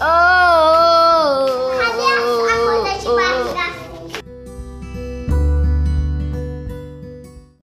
เอ้